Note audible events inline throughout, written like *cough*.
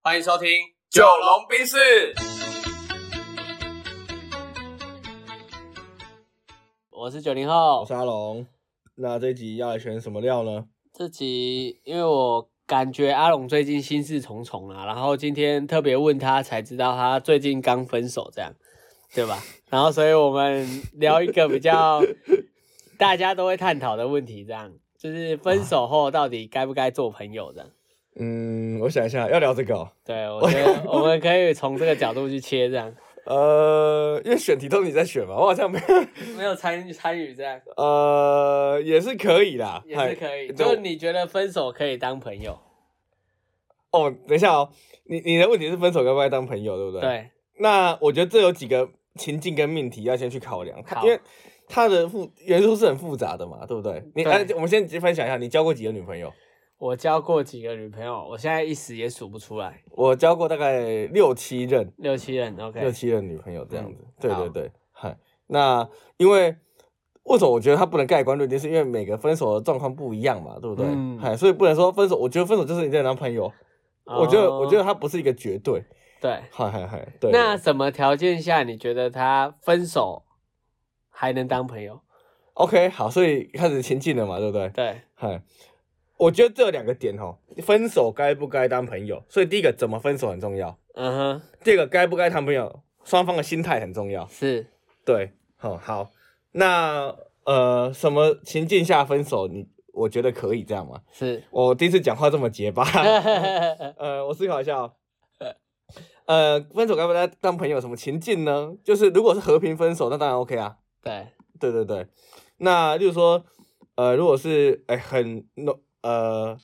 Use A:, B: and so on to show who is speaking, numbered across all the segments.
A: 欢迎收听《
B: 九龙冰室，
A: 我是九零后
C: 我。是阿龙。那这一集要来选什么料呢？
A: 这集因为我感觉阿龙最近心事重重啊，然后今天特别问他才知道他最近刚分手，这样对
C: *laughs*
A: 吧？然后所以我们聊一个比较 *laughs* 大家都会探讨的问题，这样就是分手后到底该不该做朋友的。
C: 嗯，我想一下，要聊这个哦、
A: 对，我觉得我们可以从这个角度去切，这样
C: 呃，因为选题都是你在选嘛，我好像没
A: *laughs*
C: 有。
A: 没有参与参与这样
C: 呃，也是可以啦，
A: 也是可以。
C: 嗨
A: 就
C: 对
A: 是你觉得分手可以当朋友？
C: 哦，等一下哦，你你的问题是分手该不该当朋友，对不对？。
A: 对，
C: 那我觉得这有几个情境跟命题要先去考量，它
A: 好
C: 因为它的复元素是很复杂的嘛，对不对？你
A: 对
C: 哎、我们先分享一下，你交过几个女朋友？
A: 我交过几个女朋友，我现在一时也数不出来，
C: 我交过大概六七任。
A: 六七人。OK，
C: 六七任女朋友这样子。对
A: 嗯好
C: 对对，嗨，那因为为什么我觉得他不能盖棺论定，是因为每个分手的状况不一样嘛，对不对
A: 嗯？
C: 嗨、所以不能说分手，我觉得分手就是你在男朋友，我觉得我觉得他不是一个绝对，
A: 哦对。
C: 嗨嗨嗨，对。
A: 那什么条件下你觉得他分手还能当朋友？
C: OK 好，所以开始前进了嘛，对不对？
A: 对，
C: 嗨。我觉得这两个点哦，分手该不该当朋友？所以第一个怎么分手很重要，
A: 嗯哼，
C: 第二个该不该当朋友，双方的心态很重要。
A: 是
C: 对，好、好，那呃，什么情境下分手你？我觉得可以这样吗？ *laughs*
A: 是， *laughs*
C: 我第一次讲话这么结巴，呃，我思考一下哦。呃，分手该不该当朋友？什么情境呢？就是如果是和平分手，那当然 OK 啊。
A: 对，
C: 对对对，那例如说，呃，如果是哎、很浓呃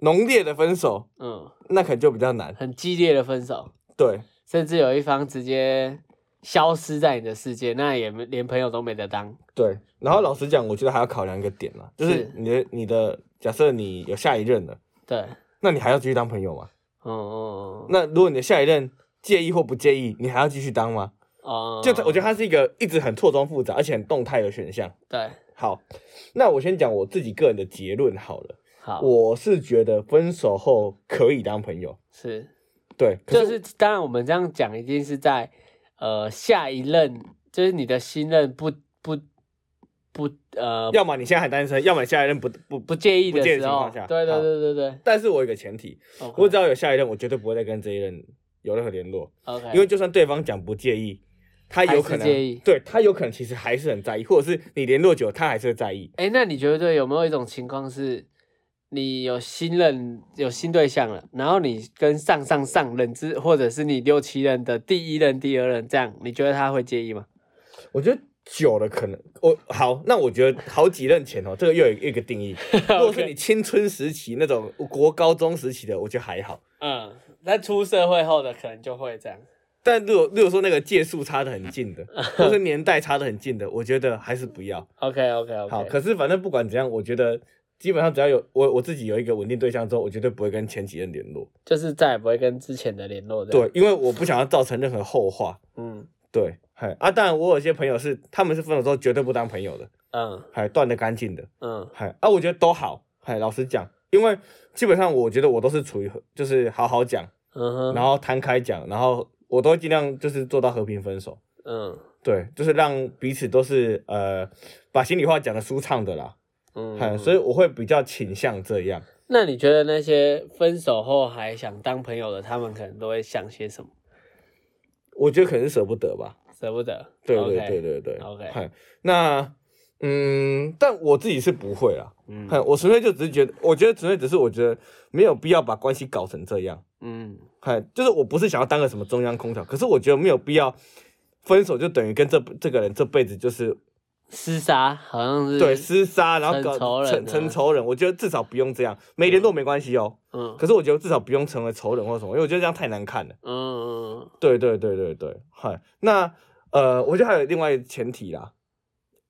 C: 浓烈的分手，
A: 嗯，
C: 那可能就比较难。
A: 很激烈的分手，
C: 对
A: 甚至有一方直接消失在你的世界，那也没连朋友都没得当。
C: 对，然后老实讲，我觉得还要考量一个点啦，就是
A: 是
C: 你的你的假设你有下一任了。
A: 对，
C: 那你还要继续当朋友吗？
A: 嗯嗯嗯
C: 那如果你的下一任介意或不介意，你还要继续当吗？
A: 哦，
C: 就它我觉得它是一个一直很错综复杂而且很动态的选项。
A: 对，
C: 好，那我先讲我自己个人的结论好了。
A: 好，
C: 我是觉得分手后可以当朋友，
A: 是。
C: 对，可
A: 就是当然，我们这样讲一定是在呃下一任，就是你的新任不不不呃
C: 要么你现在还单身，要么你下一任不不
A: 不
C: 不。
A: 介意
C: 不
A: 的
C: 介意的
A: 时
C: 情
A: 候，
C: 况下
A: 对对
C: 好
A: 对对对
C: 但是我有一个前提，
A: ，OK，
C: 我只要有下一任，我绝对不会再跟这一任有任何联络，
A: OK，
C: 因为就算对方讲不介意，他有可
A: 还是介意
C: 能对他有可能其实还是很在意，或者是你联络久了他还是会在意。
A: 哎，那你觉得有没有一种情况是，你有新任有新对象了，然后你跟上上上任之，或者是你六七任的第一任、第二任这样，你觉得他会介意吗？
C: 我觉得久了可能我好，那我觉得好几任前哦，这个又有一个
A: *laughs*
C: 定义。如果是你青春时期那种国高中时期的，我觉得还好。
A: 嗯，那出社会后的可能就会这样。
C: 但如果例如果说那个届数差得很
A: *laughs*
C: 近的，或是年代差得很近的，我觉得还是不要
A: OK OK OK，
C: 好。可是反正不管怎样，我觉得基本上只要有我我自己有一个稳定对象之后，我绝对不会跟前几任联络。
A: 就是再也不会跟之前的联络这样。
C: 对，因为我不想要造成任何后话。
A: 嗯
C: 对，嗨啊，当然我有些朋友是他们是分手之后绝对不当朋友的，
A: 嗯
C: 还断得干净的。
A: 嗯
C: 嗨啊，我觉得都好。嗨，老实讲，因为基本上我觉得我都是处于和就是好好讲，
A: 嗯哼，
C: 然后摊开讲，然后我都会尽量就是做到和平分手。
A: 嗯
C: 对，就是让彼此都是呃把心里话讲的舒畅的啦。
A: 嗯，
C: 嗨，所以我会比较倾向这样。
A: 那你觉得那些分手后还想当朋友的，他们可能都会想些什么？
C: 我觉得可能是舍不得吧。
A: 舍不得。
C: 对
A: OK
C: 对对对对。
A: OK
C: 嗨那嗯，但我自己是不会啦。
A: 嗯
C: 嗨，我纯粹就只是觉得，我觉得纯粹只是我觉得没有必要把关系搞成这样。
A: 嗯
C: 嗨，就是我不是想要当个什么中央空调，可是我觉得没有必要，分手就等于跟这这个人这辈子就是
A: 厮杀好像是
C: 对厮杀，然后
A: 成
C: 搞
A: 仇人
C: 成
A: 啊
C: 成仇人。我觉得至少不用这样，没联络没关系哦。
A: 嗯
C: 可是我觉得至少不用成为仇人或什么，因为我觉得这样太难看了。
A: 嗯嗯
C: 对对对对对，嗨，那呃，我觉得还有另外一个前提啦，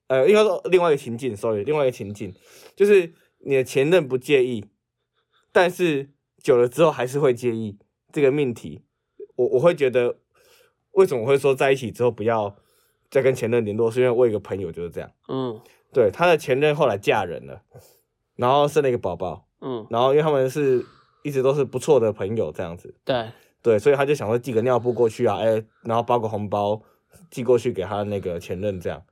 C: 呃，应该说另外一个情境，sorry，另外一个情境就是你的前任不介意，但是久了之后还是会介意这个命题，我我会觉得为什么我会说在一起之后不要再跟前任联络，是因为我有一个朋友就是这样，
A: 嗯
C: 对，他的前任后来嫁人了，然后生了一个宝宝，
A: 嗯
C: 然后因为他们是一直都是不错的朋友这样子。
A: 对，
C: 对，所以他就想说寄个尿布过去啊，哎、然后包个红包寄过去给他那个前任这样。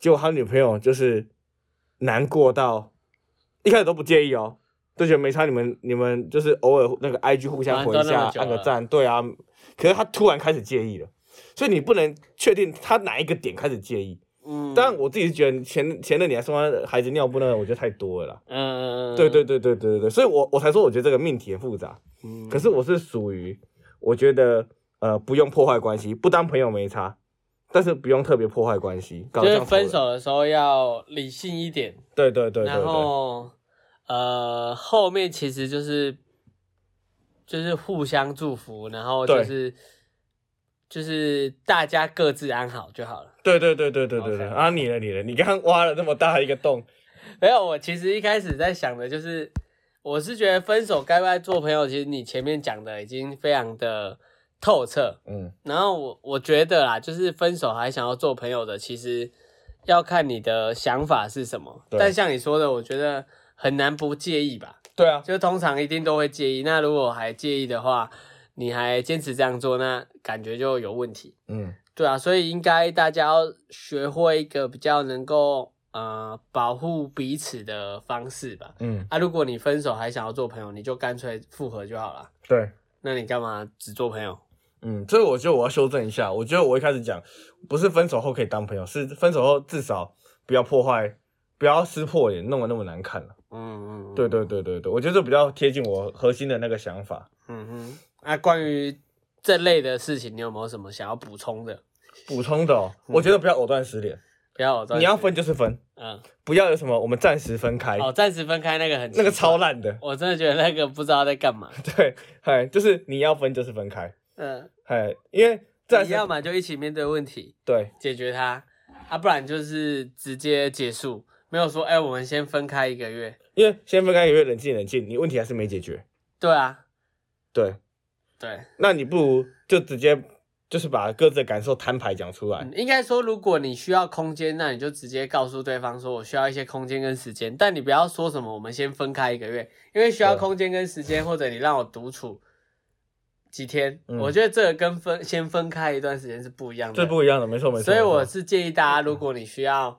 C: 结果他女朋友就是难过到一开始都不介意哦，就觉得没差，你们你们就是偶尔那个 IG 互相
A: 反
C: 回
A: 正啊都
C: 一
A: 那
C: 下
A: 么，久
C: 按个
A: 了
C: 赞，对啊。可是他突然开始介意了，所以你不能确定他哪一个点开始介意。
A: 嗯，
C: 当然，我自己是觉得前前任你还送他孩子尿布那个，我觉得太多了啦。
A: 嗯，
C: 对对对对对对对，所以我我才说我觉得这个命题很复杂。
A: 嗯，
C: 可是我是属于，我觉得呃不用破坏关系，不当朋友没差，但是不用特别破坏关系。搞
A: 就
C: 得
A: 是
C: 像仇
A: 分
C: 人，
A: 手的时候要理性一点，
C: 对对对对
A: 然
C: 对，
A: 后呃后面其实就是就是互相祝福，然后就
C: 对
A: 是就是大家各自安好就好了。
C: 对对对对对对对
A: OK
C: 啊你了你了，你刚刚挖了那么大一个洞，
A: 没有，我其实一开始在想的就是，我是觉得分手该不该做朋友，其实你前面讲的已经非常的透彻。
C: 嗯
A: 然后我我觉得啦，就是分手还想要做朋友的，其实要看你的想法是什么。
C: 对
A: 但像你说的，我觉得很难不介意吧，
C: 对啊，
A: 就通常一定都会介意。那如果还介意的话，你还坚持这样做，那感觉就有问题。
C: 嗯
A: 对啊，所以应该大家要学会一个比较能够呃保护彼此的方式吧。
C: 嗯
A: 啊，如果你分手还想要做朋友，你就干脆复合就好了。
C: 对。
A: 那你干嘛只做朋友？
C: 嗯，所以我觉得我要修正一下。我觉得我一开始讲不是分手后可以当朋友，是分手后至少不要破坏，不要撕破脸，弄得那么难看了。
A: 嗯嗯，嗯
C: 对，对对对对，我觉得这比较贴近我核心的那个想法。
A: 嗯哼。啊，关于这类的事情，你有没有什么想要补充的？
C: 补充的、哦，我觉得不要藕断丝连，
A: 不要我嗯断
C: 你要
A: 绝，
C: 分就是分，
A: 嗯，
C: 不要有什么我们暂时分开，
A: 哦，暂时分开那个很
C: 那
A: 奇怪
C: 个超，烂的。
A: 我真的觉得那个不知道在干
C: *laughs*
A: 嘛。
C: 对，哎，就是你要分就是分开，
A: 嗯，
C: 哎，因为暂
A: 你
C: 时
A: 要嘛就一起面对问题，
C: 对
A: 解决它啊，不然就是直接结束，没有说哎、我们先分开一个月。
C: 因为先分开一个月冷静冷静，你问题还是没解决。
A: 对啊，
C: 对，
A: 对，
C: 那你不如就直接就是把各自的感受摊牌讲出来。
A: 嗯应该说，如果你需要空间，那你就直接告诉对方说，我需要一些空间跟时间，但你不要说什么我们先分开一个月，因为需要
C: 对
A: 空间跟时间，或者你让我独处几天，
C: 嗯
A: 我觉得这个跟分先分开一段时间是不一样的
C: 这。不一样的，没错没错。嗯
A: 所以我
C: 没错
A: 是建议大家，如果你需要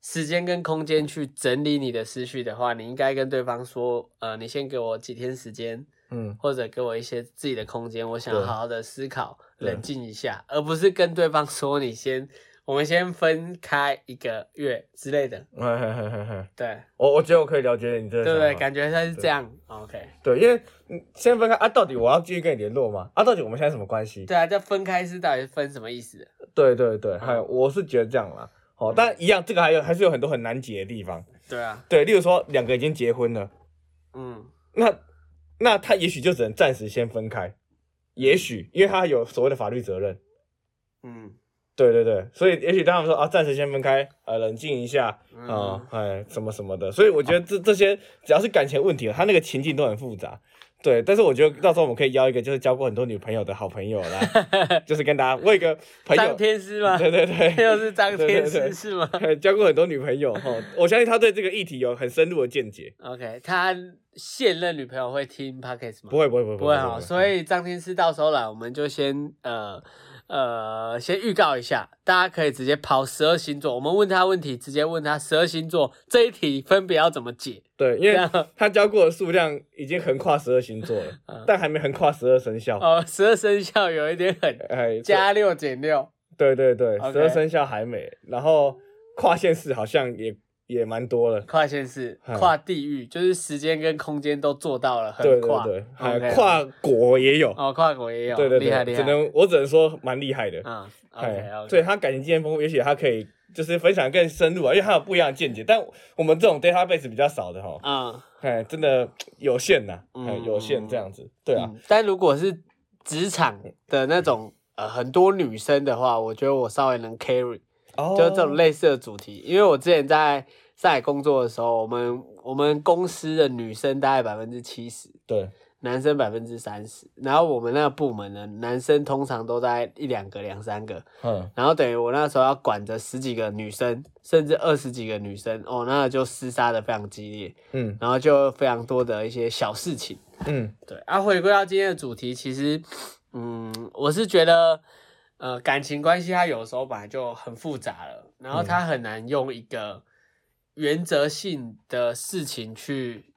A: 时间跟空间去整理你的思绪的话，你应该跟对方说，呃，你先给我几天时间，
C: 嗯，
A: 或者给我一些自己的空间，我想
C: 对
A: 好好的思考，
C: 对
A: 冷静一下，而不是跟对方说你先，我们先分开一个月之类的，
C: 嘿嘿嘿嘿嘿，
A: 对
C: 我我觉得我可以了解你这个
A: 对不
C: 想
A: 对？
C: 法
A: 感觉他是这样，OK，
C: 对，因为嗯先分开啊，到底我要继续跟你联络吗？啊，到底我们现在什么关系？
A: 对啊，这分开是到底是分什么意思？
C: 对对对，还有
A: 嗯
C: 我是觉得这样啦。好，但一样，这个还有还是有很多很难解的地方。
A: 对啊，
C: 对，例如说两个已经结婚了，
A: 嗯，
C: 那那他也许就只能暂时先分开，也许因为他有所谓的法律责任。
A: 嗯
C: 对对对，所以也许他们说啊，暂时先分开，呃，冷静一下
A: 嗯
C: 啊，哎、什么什么的。所以我觉得这这些只要是感情问题，啊他那个情境都很复杂。对，但是我觉得到时候我们可以邀一个就是交过很多女朋友的好朋友
A: *laughs*
C: 啦，就是跟大家，我有一个朋
A: 张
C: 友，
A: 天师吗？
C: 对对对，
A: 又是张
C: 对对
A: 天
C: 对
A: 师是吗
C: *laughs* 交过很多女朋友哈，我相信他对这个议题有很深入的见解。
A: ？OK，他现任女朋友会听 Pockets 吗？
C: 不会不会不会
A: 不会哈，所以张天师到时候来，我们就先呃呃先预告一下，大家可以直接跑十二星座，我们问他问题，直接问他十二星座这一题分别要怎么解，
C: 对，因
A: 这
C: 为
A: 样啊
C: 他交过的数量已经横跨十二星
A: *laughs*
C: 座了，但还没横跨十二生肖。
A: 哦，十二生肖有一点狠，
C: 哎，
A: 加六减六，
C: 对对对，
A: OK
C: 十二生肖还没，然后跨县市好像也也蛮多了。
A: 跨县市、
C: 嗯
A: 跨地域，就是时间跟空间都做到了，
C: 对
A: 很
C: 对
A: 跨，
C: 对，还
A: OK，
C: 跨国也有。
A: 哦跨国也有，
C: 对对
A: 厉害
C: 对，
A: 厉
C: 只
A: 害，
C: 能我只能说蛮厉害的。
A: 嗯
C: 哎
A: ，OK OK，
C: 对他感情经验丰富，也许他可以就是分享更深入啊，因为他有不一样的见解。但我们这种 database 比较少的哈，
A: 嗯
C: 哎，真的有限呐、哎，有限
A: 嗯
C: 这样子，对啊，
A: 嗯但如果是职场的那种呃很多女生的话，我觉得我稍微能 carry，嗯
C: 哦
A: 就是这种类似的主题。因为我之前在上海工作的时候，我们我们公司的女生大概百分之七十，
C: 对，
A: 男生百分之三十。然后我们那个部门呢，男生通常都在一两个、两三个。
C: 嗯，
A: 然后等于我那时候要管着十几个女生，甚至二十几个女生，哦，那就厮杀的非常激烈，
C: 嗯，
A: 然后就有非常多的一些小事情。
C: 嗯
A: 对啊，回归到今天的主题，其实，嗯，我是觉得，呃，感情关系它有时候本来就很复杂了，然
C: 嗯
A: 后它很难用一个原则性的事情去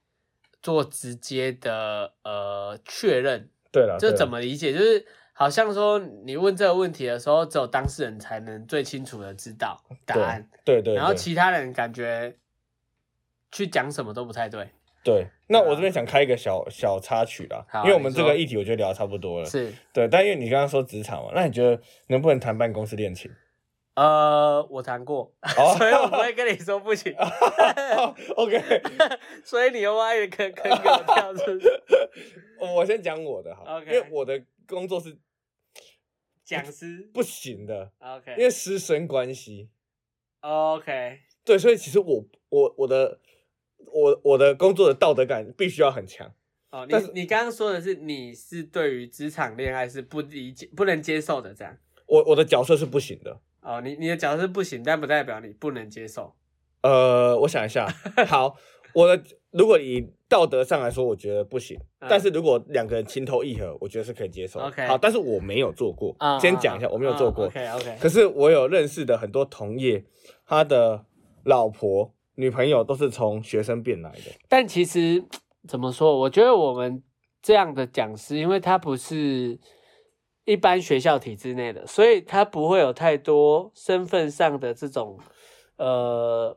A: 做直接的呃确认。
C: 对了，
A: 这
C: 啊对
A: 怎
C: 啦
A: 么理解？就是好像说你问这个问题的时候，只有当事人才能最清楚的知道答
C: 对
A: 案，
C: 对对，
A: 然后
C: 对
A: 其他人感觉去讲什么都不太对。
C: 对，那
A: 对啊
C: 我这边想开一个小小插曲啦
A: 好，啊
C: 因为我们
A: 你
C: 这
A: 说
C: 个议题我觉得聊得差不多了。
A: 是，
C: 对，但因为你刚刚说职场嘛，那你觉得能不能谈办公室恋情？
A: 呃，我谈过，
C: 哦
A: 所以我不会跟你说不
C: *laughs*
A: 行。
C: OK， *laughs*
A: 所以你又挖一个坑坑给我跳出去，
C: 我先讲我的哈
A: OK
C: 因为我的工作是
A: 讲师。
C: 不行的，因
A: OK
C: 为师生关系。
A: OK，
C: 对，所以其实我我我的我我的工作的道德感必须要很强。
A: 哦，你
C: 但是
A: 你刚刚说的是你是对于职场恋爱是不理解、不能接受的这样。
C: 我我的角色是不行的。
A: 哦，你你的角色是不行，但不代表你不能接受。
C: 呃，我想
A: *laughs*
C: 一下，好，我的如果以道德上来说，我觉得不行。
A: 嗯
C: 但是如果两个人情投意合，我觉得是可以接受的。
A: OK 啊
C: 好，但是我没有做过。先讲一下，我没有做过。
A: OK OK，
C: 可是我有认识的很多同业，他的老婆、女朋友都是从学生变来的。
A: 但其实怎么说？我觉得我们这样的讲师，因为他不是一般学校体制内的，所以他不会有太多身份上的这种呃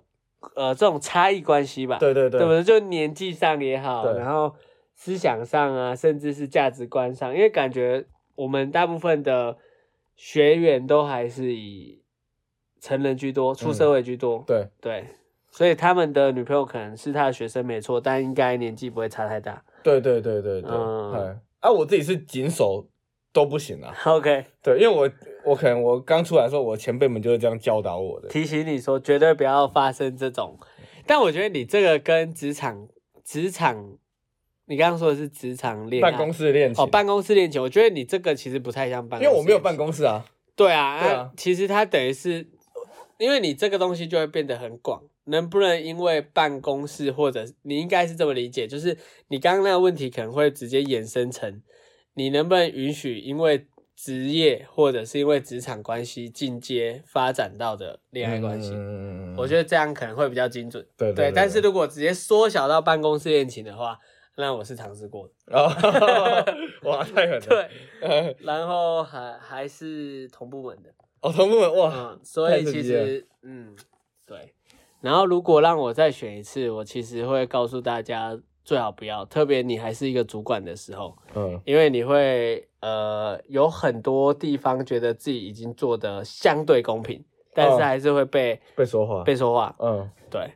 A: 呃这种差异关系吧？
C: 对对对
A: 对不对？就年纪上也好，
C: 对
A: 然后思想上啊，甚至是价值观上，因为感觉我们大部分的学员都还是以成人居多，出
C: 嗯
A: 社会居多。
C: 对
A: 对，所以他们的女朋友可能是他的学生没错，但应该年纪不会差太大。
C: 对对对对对。
A: 嗯
C: 嗯。啊，我自己是谨守都不行啊。
A: OK，
C: 对，因为我我可能我刚出来的时候，我前辈们就是这样教导我的。
A: 提醒你说绝对不要发生这种，但我觉得你这个跟职场职场，你刚刚说的是职场恋爱
C: 办公室恋情
A: 哦，办公室恋情，我觉得你这个其实不太像办公室恋
C: 因为
A: 情，
C: 我没有办公室啊。
A: 对啊，
C: 对
A: 啊
C: 啊
A: 其实它等于是，因为你这个东西就会变得很广，能不能因为办公室或者你应该是这么理解，就是你刚刚那个问题可能会直接衍生成，你能不能允许因为职业或者是因为职场关系进阶发展到的恋爱关系？
C: 嗯
A: 我觉得这样可能会比较精准。
C: 对
A: 对，但是如果直接缩小到办公室恋情的话，那我是尝试过的。
C: 哦， *laughs* 哇，太狠了。
A: 对，
C: 对，
A: 然后还还是同步稳的。
C: *laughs* 哦，同部门哇，
A: 嗯，所以
C: 太刺
A: 其
C: 激了
A: 实，嗯，对。然后如果让我再选一次，我其实会告诉大家最好不要，特别你还是一个主管的时候，
C: 嗯，
A: 因为你会呃有很多地方觉得自己已经做的相对公平，但是
C: 哦
A: 还是会被、
C: 被说话，
A: 被说话，
C: 嗯，
A: 对。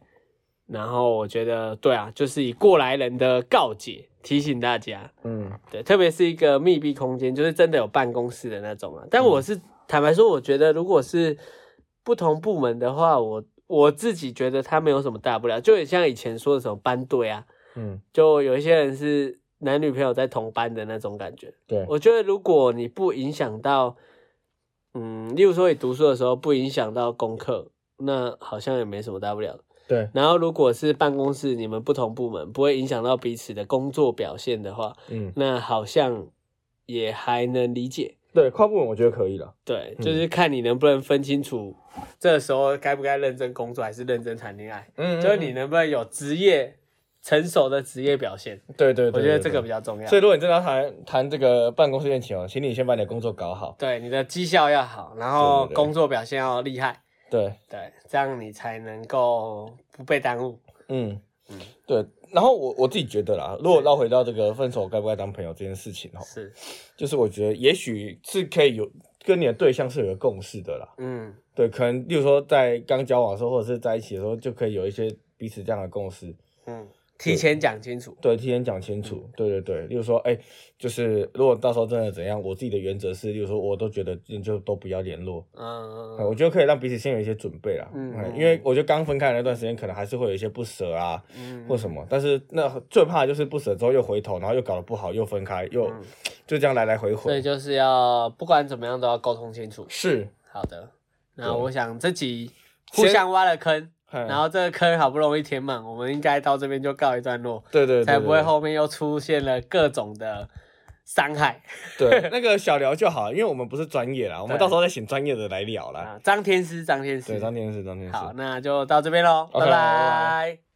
A: 然后我觉得，对啊，就是以过来人的告解提醒大家，
C: 嗯
A: 对，特别是一个密闭空间，就是真的有办公室的那种啊。但我是、坦白说，我觉得如果是不同部门的话，我我自己觉得它没有什么大不了，就很像以前说的什么班队啊，
C: 嗯，
A: 就有一些人是男女朋友在同班的那种感觉。
C: 对，
A: 我觉得如果你不影响到，嗯，例如说你读书的时候不影响到功课，那好像也没什么大不了的。
C: 对，
A: 然后如果是办公室，你们不同部门不会影响到彼此的工作表现的话，
C: 嗯，
A: 那好像也还能理解。
C: 对，跨部门我觉得可以了。
A: 对，
C: 嗯
A: 就是看你能不能分清楚，这时候该不该认真工作，还是认真谈恋爱。
C: 嗯
A: 就是你，能不能有职业成熟的职业表现，
C: 对对，
A: 我觉得这个比较重要
C: 所。以如果你真的要谈谈这个办公室恋情哦，请你先把你的工作搞好。
A: 对，你的绩效要好，然后
C: 对对对
A: 工作表现要厉害，
C: 对，
A: 对，这样你才能够不被耽误。
C: 嗯
A: 嗯，
C: 对。然后我我自己觉得啦，如果绕回到这个分手该不该当朋友这件事情哦，
A: 是，
C: 就是我觉得也许是可以有跟你的对象是有一个共识的啦。
A: 嗯，
C: 对，可能例如说在刚交往的时候，或者是在一起的时候，就可以有一些彼此这样的共识。
A: 嗯，提前讲清楚。
C: 对，提前讲清
A: 嗯
C: 楚。对对对，例如说，哎、就是如果到时候真的怎样，我自己的原则是，例如说，我都觉得你就都不要联络。
A: 嗯，
C: 哎我觉得可以让彼此先有一些准备啦，
A: 嗯
C: 哎因为我觉得刚分开的那段时间，可能还是会有一些不舍啊，
A: 嗯
C: 或什么。但是那最怕的就是不舍之后又回头，然后又搞得不好，又分开，又、就这样来来回
A: 嗯所以
C: 回。
A: 就是要不管怎么样都要沟通清楚。
C: 是，
A: 好的，那
C: 对
A: 我想这集
C: 先
A: 互相挖了坑，然后这个坑好不容易填满，我们应该到这边就告一段落，
C: 对对对，
A: 才不会
C: 对
A: 后面又出现了各种的伤害
C: 对， *laughs* 那个小聊就好，因为我们不是专业啦，我们
A: 对
C: 到时候再请专业的来聊啦。
A: 啊！张天师，张天
C: 对，
A: 师，
C: 张天师，张天师。
A: 好，那就到这边喽，
C: OK，
A: 拜
C: 拜
A: 拜
C: 拜